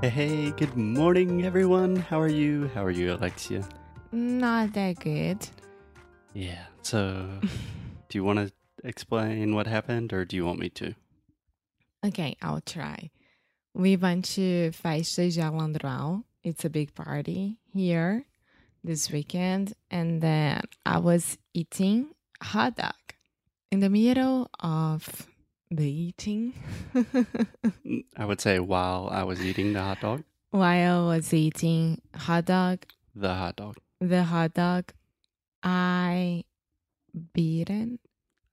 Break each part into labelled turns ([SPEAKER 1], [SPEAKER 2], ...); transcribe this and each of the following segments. [SPEAKER 1] Hey, hey, good morning, everyone. How are you? How are you, Alexia?
[SPEAKER 2] Not that good.
[SPEAKER 1] Yeah, so do you want to explain what happened or do you want me to?
[SPEAKER 2] Okay, I'll try. We went to Festa Jalandrau. It's a big party here this weekend. And then I was eating hot dog in the middle of the eating.
[SPEAKER 1] I would say while I was eating the hot dog,
[SPEAKER 2] While I was eating hot dog,
[SPEAKER 1] the hot dog,
[SPEAKER 2] the hot dog, I beaten.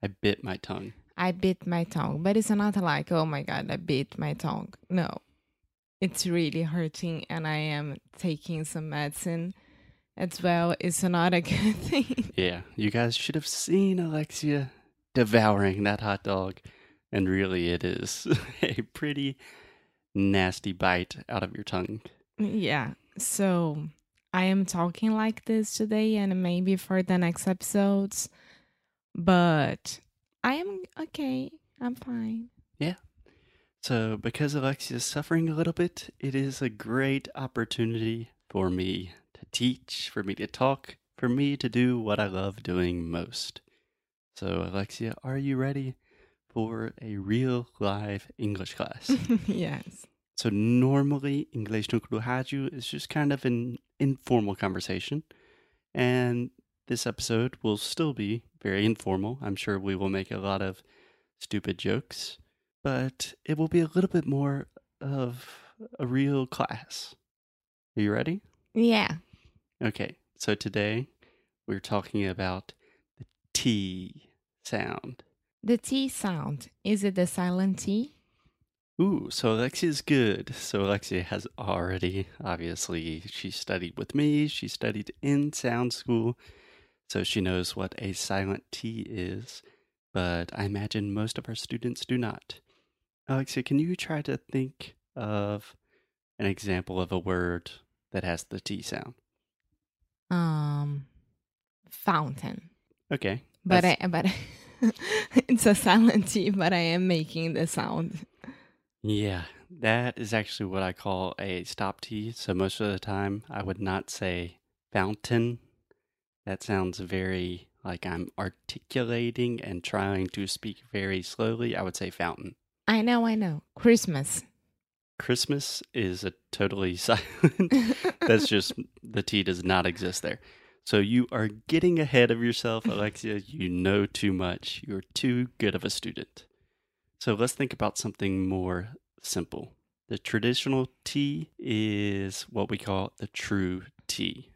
[SPEAKER 1] I bit my tongue.
[SPEAKER 2] I bit my tongue, but it's not like, oh my God, I bit my tongue. No, it's really hurting, and I am taking some medicine as well. It's not a good thing.
[SPEAKER 1] Yeah, you guys should have seen Alexia devouring that hot dog. And really, it is a pretty nasty bite out of your tongue.
[SPEAKER 2] yeah, so I am talking like this today, and maybe for the next episodes, but I am okay. I'm fine.
[SPEAKER 1] So, because Alexia is suffering a little bit, it is a great opportunity for me to teach, for me to talk, for me to do what I love doing most. So, Alexia, are you ready for a real live English class?
[SPEAKER 2] yes.
[SPEAKER 1] So normally English no Kuru Haju is just kind of an informal conversation. And this episode will still be very informal. I'm sure we will make a lot of stupid jokes, but it will be a little bit more of a real class. Are you ready?
[SPEAKER 2] Yeah.
[SPEAKER 1] Okay. So today we're talking about the T sound.
[SPEAKER 2] The T sound is it the silent T?
[SPEAKER 1] Ooh, so Alexia's good. So Alexia has already, obviously, she studied with me. She studied in sound school. So she knows what a silent T is. But I imagine most of our students do not. Alexia, can you try to think of an example of a word that has the T sound?
[SPEAKER 2] Um, fountain.
[SPEAKER 1] Okay.
[SPEAKER 2] But
[SPEAKER 1] that's-
[SPEAKER 2] I, but it's a silent T, but I am making the sound.
[SPEAKER 1] Yeah, that is actually what I call a stop T. So most of the time, I would not say fountain. That sounds very like I'm articulating and trying to speak very slowly. I would say fountain.
[SPEAKER 2] I know, I know. Christmas.
[SPEAKER 1] Christmas is a totally silent. That's just the T does not exist there. So you are getting ahead of yourself, Alexia. You know too much. You're too good of a student. So let's think about something more simple. The traditional T is what we call the true T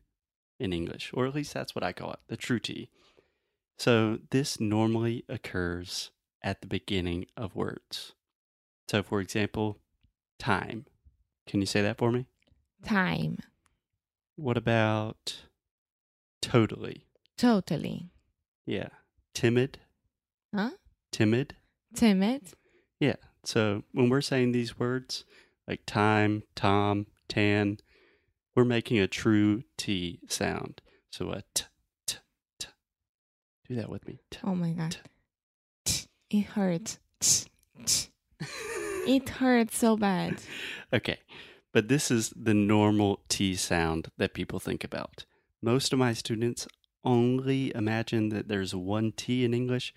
[SPEAKER 1] in English, or at least that's what I call it, the true T. So this normally occurs at the beginning of words. So, for example, time. Can you say that for me?
[SPEAKER 2] time.
[SPEAKER 1] What about totally?
[SPEAKER 2] Totally.
[SPEAKER 1] Yeah. Timid?
[SPEAKER 2] Huh?
[SPEAKER 1] Timid?
[SPEAKER 2] Timid.
[SPEAKER 1] Yeah. So when we're saying these words like time, tom, tan, we're making a true T sound. So a t, t, t. Do that with me. T.
[SPEAKER 2] Oh my god. It hurts. It hurts so bad.
[SPEAKER 1] Okay. But this is the normal T sound that people think about. Most of my students only imagine that there's one T in English,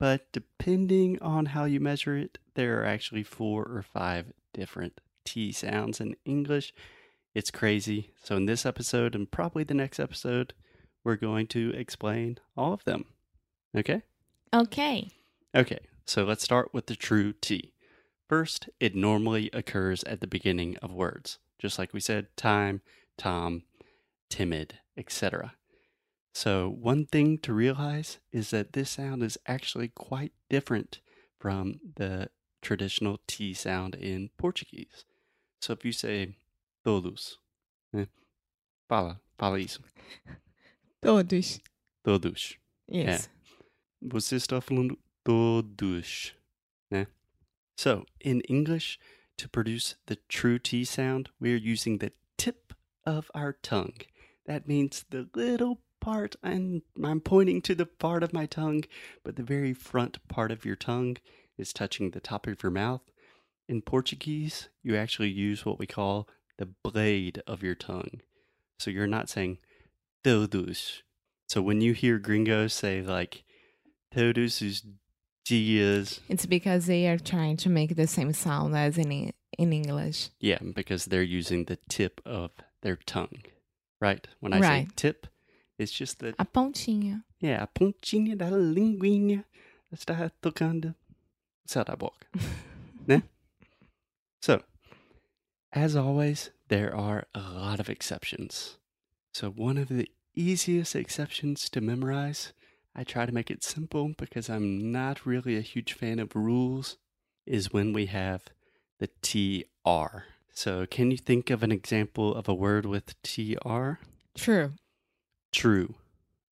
[SPEAKER 1] but depending on how you measure it, there are actually four or five different T sounds in English. It's crazy. So, in this episode and probably the next episode, we're going to explain all of them. Okay?
[SPEAKER 2] Okay.
[SPEAKER 1] Okay, so let's start with the true T. First, it normally occurs at the beginning of words, just like we said time, tom, timid, etc. So, one thing to realize is that this sound is actually quite different from the traditional T sound in Portuguese. So, if you say Todos. né? Fala, fala isso.
[SPEAKER 2] Todos.
[SPEAKER 1] Todos.
[SPEAKER 2] Oh, Yes.
[SPEAKER 1] Você está falando todos, né? So, in English, to produce the true T sound, we're using the tip of our tongue. That means the little part, and I'm pointing to the part of my tongue, but the very front part of your tongue is touching the top of your mouth. In Portuguese, you actually use what we call the blade of your tongue. So you're not saying todos. So when you hear gringos say like todos is dias,
[SPEAKER 2] It's because they are trying to make the same sound as in E- in English.
[SPEAKER 1] yeah, because they're using the tip of their tongue, right? When I say
[SPEAKER 2] Right.
[SPEAKER 1] tip, it's just the
[SPEAKER 2] A pontinha.
[SPEAKER 1] yeah, a pontinha da linguinha está tocando a boca. So, as always, there are a lot of exceptions. So, one of the easiest exceptions to memorize, I try to make it simple because I'm not really a huge fan of rules, is when we have the TR. So, can you think of an example of a word with TR?
[SPEAKER 2] True.
[SPEAKER 1] True.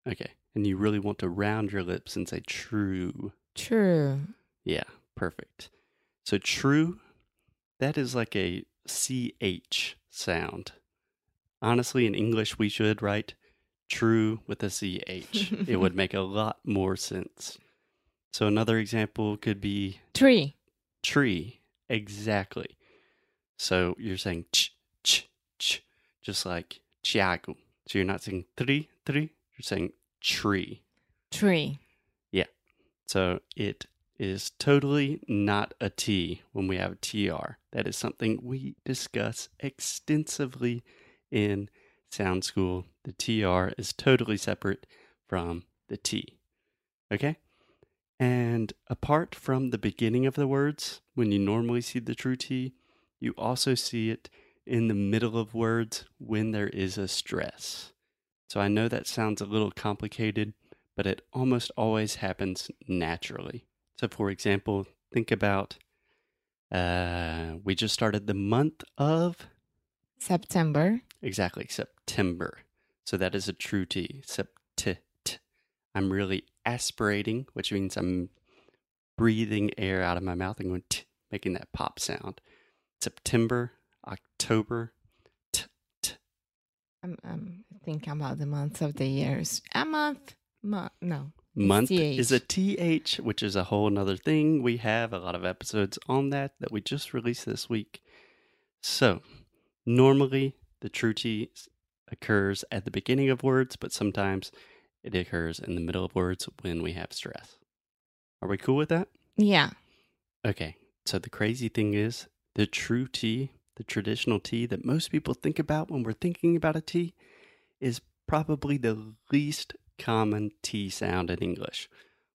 [SPEAKER 1] Okay. And you really want to round your lips and say true.
[SPEAKER 2] True.
[SPEAKER 1] Yeah, perfect. So true, that is like a CH sound. Honestly, in English, we should write true with a CH. it would make a lot more sense. So another example could be
[SPEAKER 2] Tree.
[SPEAKER 1] tree. Exactly. So you're saying ch, ch, ch, just like Chiago. So you're not saying three, three, you're saying tree.
[SPEAKER 2] Tree.
[SPEAKER 1] So it is totally not a T when we have TR. That is something we discuss extensively in sound school. The TR is totally separate from the T. Okay? And apart from the beginning of the words, when you normally see the true T, you also see it in the middle of words when there is a stress. So I know that sounds a little complicated, but it almost always happens naturally. So, for example, think about uh, we just started the month of
[SPEAKER 2] September.
[SPEAKER 1] exactly September. So that is a true T. Sept. I'm really aspirating, which means I'm breathing air out of my mouth and going t, making that pop sound. September, October. T, t.
[SPEAKER 2] I'm, I'm thinking about the months of the years. A month. Mo- no.
[SPEAKER 1] month
[SPEAKER 2] TH.
[SPEAKER 1] is a th which is a whole nother thing we have a lot of episodes on that that we just released this week so normally the true t s- occurs at the beginning of words but sometimes it occurs in the middle of words when we have stress are we cool with that
[SPEAKER 2] Yeah.
[SPEAKER 1] Okay. So the crazy thing is the true tea, the traditional tea that most people think about when we're thinking about a tea, is probably the least common T sound in English.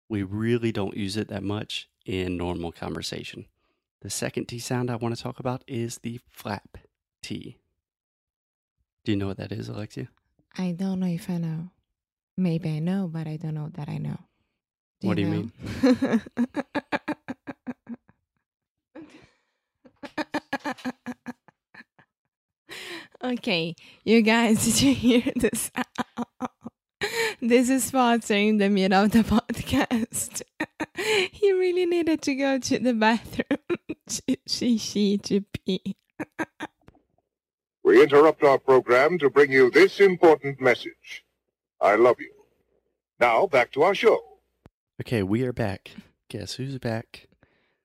[SPEAKER 1] We really don't use it that much in normal conversation. The second T sound I want to talk about is the flap T. Do you know what that is, Alexia?
[SPEAKER 2] I don't know if I know. Maybe I know, but I don't know that I know.
[SPEAKER 1] What do you
[SPEAKER 2] know? okay, you guys, did you hear this? this is Walter in the middle of the podcast. he really needed to go to the bathroom. she, she, she, to pee.
[SPEAKER 3] We interrupt our program to bring you this important message. I love you. Now, back to our show.
[SPEAKER 1] Okay, we are back. Guess who's back?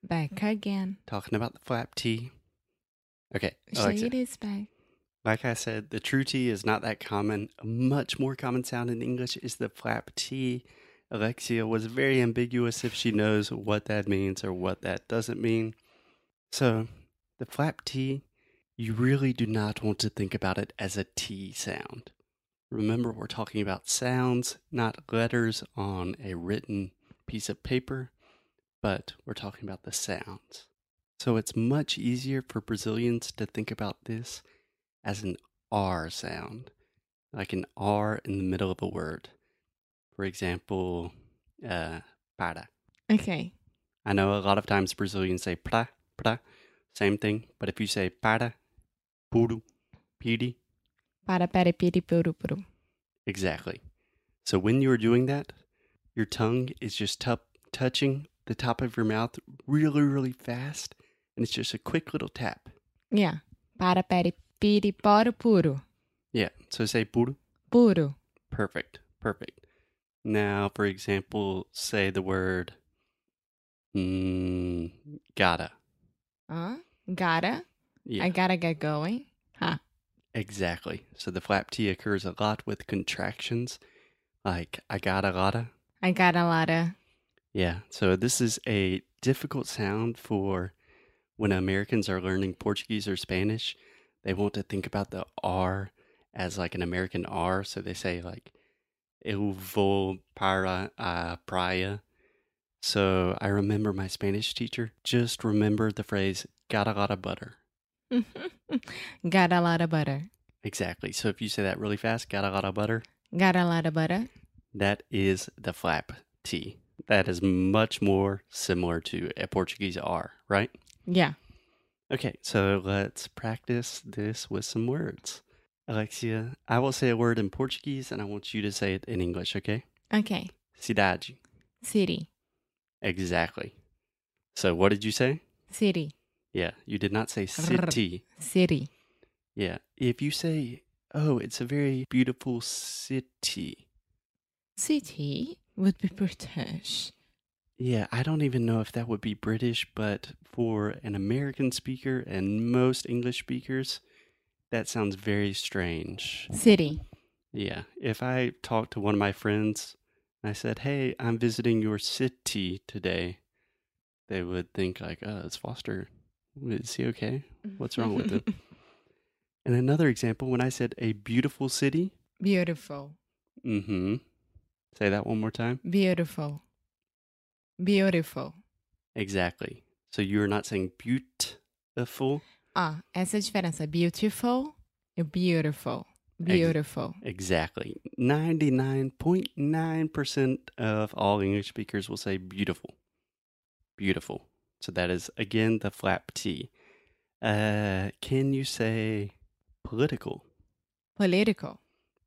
[SPEAKER 2] Back again.
[SPEAKER 1] Talking about the flap T. Okay, Alexia.
[SPEAKER 2] Shade is back.
[SPEAKER 1] Like I said, the true T is not that common. A much more common sound in English is the flap T. Alexia was very ambiguous if she knows what that means or what that doesn't mean. So, the flap T, you really do not want to think about it as a T sound. Remember, we're talking about sounds, not letters on a written piece of paper, but we're talking about the sounds. So, it's much easier for Brazilians to think about this as an R sound, like an R in the middle of a word. For example, uh, para.
[SPEAKER 2] Okay.
[SPEAKER 1] I know a lot of times Brazilians say pra, pra, same thing, but if you say para, puro, Beauty.
[SPEAKER 2] Para peripiripurupuru.
[SPEAKER 1] Exactly. So when you are doing that, your tongue is just tup touching the top of your mouth really, really fast. And it's just a quick little tap.
[SPEAKER 2] Yeah. Para peripiriporupuru.
[SPEAKER 1] Yeah. So say puru.
[SPEAKER 2] Puru.
[SPEAKER 1] Perfect. Perfect. Now, for example, say the word mm, gotta.
[SPEAKER 2] Huh? Gotta.
[SPEAKER 1] Yeah.
[SPEAKER 2] I gotta get going. Huh.
[SPEAKER 1] Exactly. So the flap T occurs a lot with contractions, like I got a lotta.
[SPEAKER 2] I got a lot of.
[SPEAKER 1] Yeah. So this is a difficult sound for when Americans are learning Portuguese or Spanish. They want to think about the R as like an American R. So they say like eu vou para a praia. So I remember my Spanish teacher just remembered the phrase got a lot of butter.
[SPEAKER 2] got a lot of butter.
[SPEAKER 1] Exactly. So if you say that really fast, got a lot of butter,
[SPEAKER 2] Got a lot of butter.
[SPEAKER 1] That is the flap T. That is much more similar to a Portuguese R, right?
[SPEAKER 2] Yeah.
[SPEAKER 1] Okay, so let's practice this with some words. Alexia, I will say a word in Portuguese and I want you to say it in English, okay?
[SPEAKER 2] Okay.
[SPEAKER 1] Cidade.
[SPEAKER 2] City.
[SPEAKER 1] Exactly. So what did you say?
[SPEAKER 2] City.
[SPEAKER 1] Yeah, you did not say city.
[SPEAKER 2] City.
[SPEAKER 1] Yeah. If you say, oh, it's a very beautiful city.
[SPEAKER 2] City would be British.
[SPEAKER 1] Yeah, I don't even know if that would be British, but for an American speaker and most English speakers, that sounds very strange.
[SPEAKER 2] City.
[SPEAKER 1] Yeah, if I talked to one of my friends and I said, "Hey, I'm visiting your city today," they would think like, "Oh, it's Foster. Is he okay? What's wrong with him?" and another example, when I said a beautiful city,
[SPEAKER 2] Beautiful.
[SPEAKER 1] mm-hmm. Say that one more time.
[SPEAKER 2] Beautiful. Beautiful.
[SPEAKER 1] Exactly. So you're not saying beautiful.
[SPEAKER 2] Ah, essa é a diferença. Beautiful e beautiful. Beautiful.
[SPEAKER 1] Exactly. 99.9% of all English speakers will say beautiful. Beautiful. So that is, again, the flap T. Uh, can you say political?
[SPEAKER 2] Political.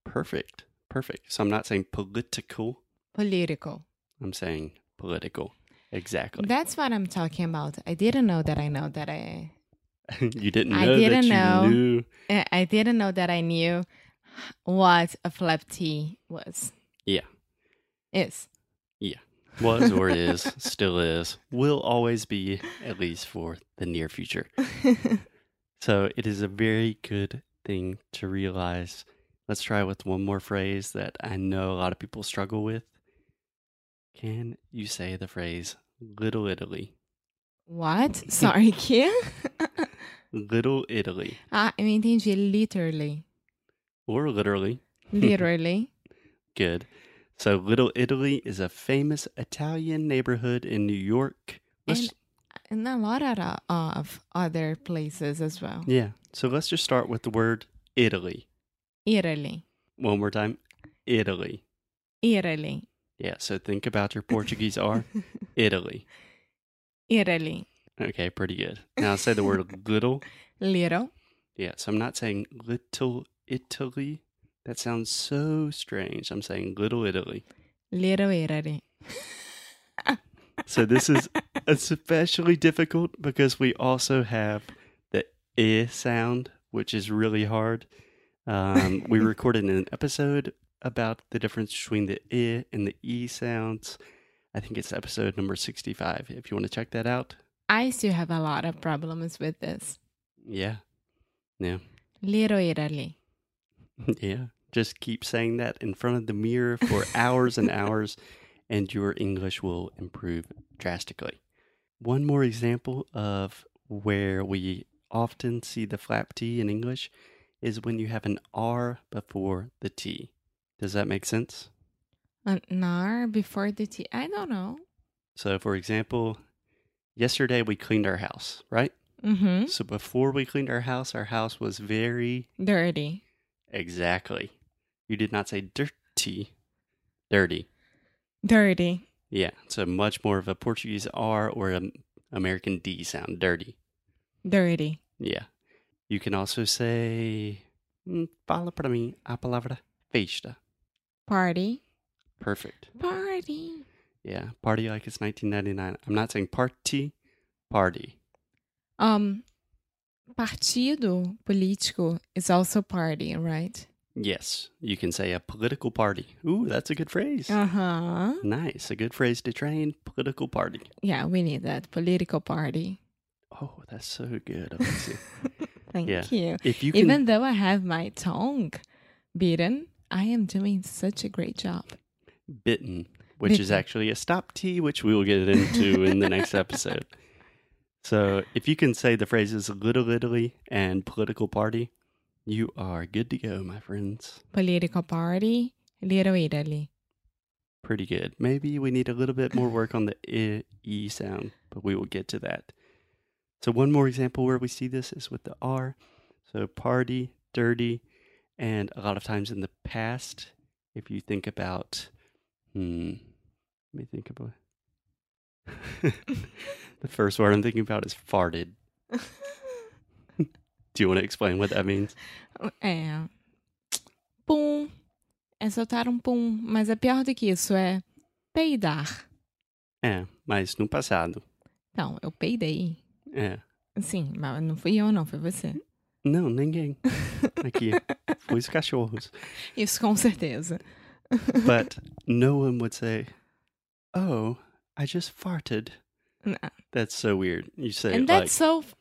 [SPEAKER 1] Perfect. Perfect. So I'm not saying political,
[SPEAKER 2] Political.
[SPEAKER 1] I'm saying political. Exactly.
[SPEAKER 2] That's what I'm talking about. I didn't know that I know that I
[SPEAKER 1] you didn't know
[SPEAKER 2] I didn't
[SPEAKER 1] that you
[SPEAKER 2] know.
[SPEAKER 1] knew.
[SPEAKER 2] I I didn't know that I knew what a flap T was.
[SPEAKER 1] Yeah.
[SPEAKER 2] Is.
[SPEAKER 1] Was or is, still is, will always be, at least for the near future. So it is a very good thing to realize. Let's try with one more phrase that I know a lot of people struggle with. Can you say the phrase Little Italy?
[SPEAKER 2] what? Sorry, que?
[SPEAKER 1] Little Italy.
[SPEAKER 2] ah, eu entendi. Literally.
[SPEAKER 1] Or literally.
[SPEAKER 2] Literally.
[SPEAKER 1] Good. So Little Italy is a famous Italian neighborhood in New York. Let's-
[SPEAKER 2] And a lot of, uh, of other places as well.
[SPEAKER 1] yeah. So let's just start with the word Italy.
[SPEAKER 2] Italy.
[SPEAKER 1] One more time. Italy.
[SPEAKER 2] Italy.
[SPEAKER 1] Yeah. So think about your Portuguese R. Italy.
[SPEAKER 2] Italy.
[SPEAKER 1] Okay, pretty good. Now say the word little.
[SPEAKER 2] Little.
[SPEAKER 1] Yeah, so I'm not saying little Italy. That sounds so strange. I'm saying little Italy.
[SPEAKER 2] Little Italy.
[SPEAKER 1] So this is especially difficult because we also have the I sound, which is really hard. Um, we recorded an episode about the difference between the I and the E sounds. I think it's episode number 65. If you want to check that out,
[SPEAKER 2] I still have a lot of problems with this.
[SPEAKER 1] yeah. Yeah.
[SPEAKER 2] Little Italy.
[SPEAKER 1] Yeah. Just keep saying that in front of the mirror for hours and hours, and your English will improve drastically. One more example of where we often see the flap T in English is when you have an R before the T. Does that make sense?
[SPEAKER 2] An R before the T. I don't know.
[SPEAKER 1] So, for example, yesterday we cleaned our house, right?
[SPEAKER 2] Mm-hmm.
[SPEAKER 1] So, before we cleaned our house, our house was very
[SPEAKER 2] Dirty.
[SPEAKER 1] exactly. You did not say dirty, dirty.
[SPEAKER 2] Dirty.
[SPEAKER 1] Yeah, so much more of a Portuguese R or an American D sound, dirty.
[SPEAKER 2] Dirty.
[SPEAKER 1] Yeah. You can also say Hum, Fala pra mim a palavra festa.
[SPEAKER 2] Party.
[SPEAKER 1] Perfect.
[SPEAKER 2] Party.
[SPEAKER 1] Yeah, party like it's 1999. I'm not saying party, party.
[SPEAKER 2] Um, partido político is also party, right?
[SPEAKER 1] Yes, you can say a political party. Ooh, that's a good phrase.
[SPEAKER 2] Uh huh.
[SPEAKER 1] Nice, a good phrase to train. Political party.
[SPEAKER 2] Yeah, we need that political party.
[SPEAKER 1] Oh, that's so good, Alexia.
[SPEAKER 2] Thank
[SPEAKER 1] Yeah.
[SPEAKER 2] you.
[SPEAKER 1] if you can,
[SPEAKER 2] Even though I have my tongue beaten, I am doing such a great job.
[SPEAKER 1] bitten, which is
[SPEAKER 2] Bitten.
[SPEAKER 1] actually a stop T, which we will get into in the next episode. So, if you can say the phrases little Italy and political party, you are good to go, my friends.
[SPEAKER 2] Political party, Little Italy.
[SPEAKER 1] Pretty good. Maybe we need a little bit more work on the I, E sound, but we will get to that. So, one more example where we see this is with the R. So, party, dirty, and a lot of times in the past, if you think about, hmm, let me think about the first word I'm thinking about is farted. Do you want to explain what that means?
[SPEAKER 2] É. Pum. É soltar um pum. Mas é pior do que isso, é peidar.
[SPEAKER 1] É, Eh, mas no passado.
[SPEAKER 2] Não, eu peidei.
[SPEAKER 1] É.
[SPEAKER 2] Sim, mas não fui eu, não, foi você.
[SPEAKER 1] Não, ninguém. Aqui. Foi os cachorros.
[SPEAKER 2] Isso com certeza.
[SPEAKER 1] but no one would say, "Oh, I just farted."
[SPEAKER 2] Nah.
[SPEAKER 1] That's so weird. You say
[SPEAKER 2] And
[SPEAKER 1] it
[SPEAKER 2] that's so. f-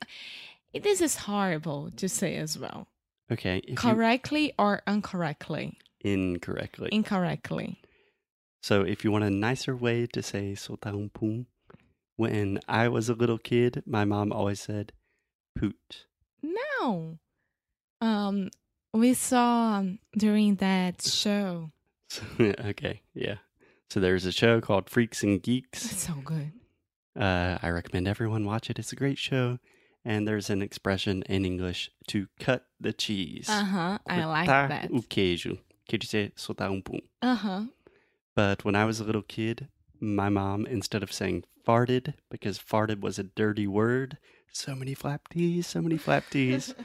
[SPEAKER 2] This is horrible to say as well.
[SPEAKER 1] like okay, if you-
[SPEAKER 2] Correctly or incorrectly?
[SPEAKER 1] incorrectly.
[SPEAKER 2] Incorrectly.
[SPEAKER 1] so if you want a nicer way to say "soltar um pum," when I was a little kid, my mom always said "poot."
[SPEAKER 2] No. Um, we saw um, during that show.
[SPEAKER 1] So, okay, yeah. So there's a show called Freaks and Geeks.
[SPEAKER 2] It's so good.
[SPEAKER 1] Uh, I recommend everyone watch it. It's a great show. And there's an expression in English to cut the cheese.
[SPEAKER 2] Uh huh. I like
[SPEAKER 1] cortar
[SPEAKER 2] that.
[SPEAKER 1] o queijo, quer dizer soltar um pum.
[SPEAKER 2] Uh huh.
[SPEAKER 1] But when I was a little kid, my mom, instead of saying farted, because farted was a dirty word, so many flap tees, so many flap tees,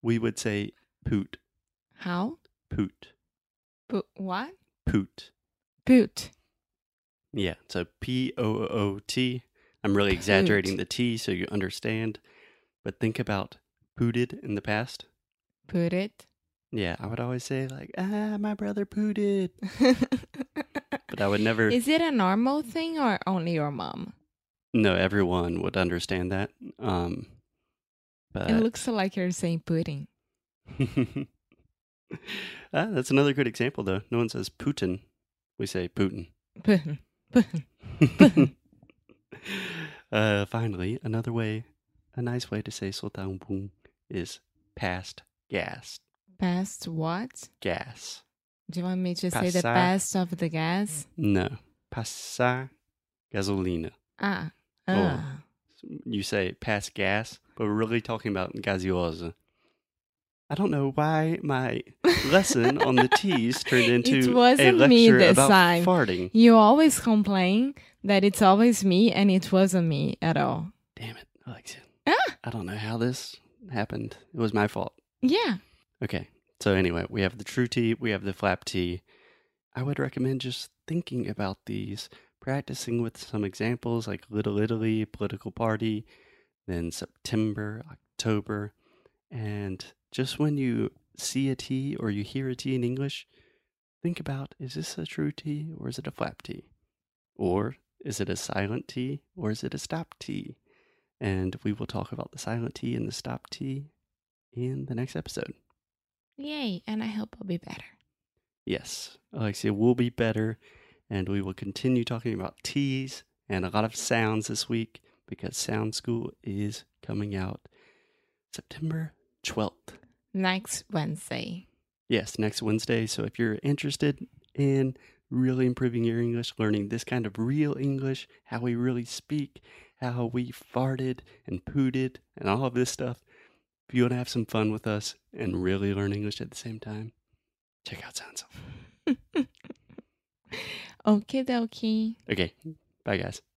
[SPEAKER 1] we would say poot,
[SPEAKER 2] How?
[SPEAKER 1] poot,
[SPEAKER 2] Put what?
[SPEAKER 1] poot.
[SPEAKER 2] Boot.
[SPEAKER 1] Yeah, so P O O T. I'm really exaggerating the T so you understand, but think about pooted in the past.
[SPEAKER 2] Put it.
[SPEAKER 1] Yeah, I would always say, like, ah, my brother pooted. But I would never.
[SPEAKER 2] Is it a normal thing or only your mom?
[SPEAKER 1] No, everyone would understand that. Um, but
[SPEAKER 2] it looks like you're saying pudding.
[SPEAKER 1] ah, that's another good example, though. No one says Putin; we say Putin.
[SPEAKER 2] Pudding. Pudding.
[SPEAKER 1] uh, finally, another way, a nice way to say "soltar um pum" is past gas.
[SPEAKER 2] Past what?
[SPEAKER 1] Gas.
[SPEAKER 2] Do you want me to say the
[SPEAKER 1] Passar.
[SPEAKER 2] past of the
[SPEAKER 1] Mm.
[SPEAKER 2] gas?
[SPEAKER 1] No, passar gasolina.
[SPEAKER 2] Ah.
[SPEAKER 1] Oh.
[SPEAKER 2] Ah.
[SPEAKER 1] You say pass gas, but we're really talking about gaseosa. I don't know why my lesson on the T's turned into a
[SPEAKER 2] wasn't
[SPEAKER 1] lecture
[SPEAKER 2] me this
[SPEAKER 1] about
[SPEAKER 2] time.
[SPEAKER 1] farting.
[SPEAKER 2] You always complain that it's always me and it wasn't me at all.
[SPEAKER 1] Damn it, Alexia.
[SPEAKER 2] Ah.
[SPEAKER 1] I don't know how this happened. It was my fault.
[SPEAKER 2] Yeah.
[SPEAKER 1] Okay. So anyway, we have the true T, we have the flap T. I would recommend just thinking about these, practicing with some examples like Little Italy, political party, then September, October, and just when you see a T or you hear a T in English, think about is this a true T or is it a flap T? Or is it a silent T or is it a stop T? And we will talk about the silent T and the stop T in the next episode.
[SPEAKER 2] Yay. And I hope I'll be better.
[SPEAKER 1] Yes, Alexia will be better, and we will continue talking about T's and a lot of sounds this week because Sound School is coming out September 12th.
[SPEAKER 2] Next Wednesday.
[SPEAKER 1] Yes, next Wednesday. So if you're interested in really improving your English, learning this kind of real English, how we really speak, how we farted and pooted and all of this stuff, if you want to have some fun with us and really learn English at the same time, check out Sound School.
[SPEAKER 2] Okie dokie.
[SPEAKER 1] Okay, bye guys.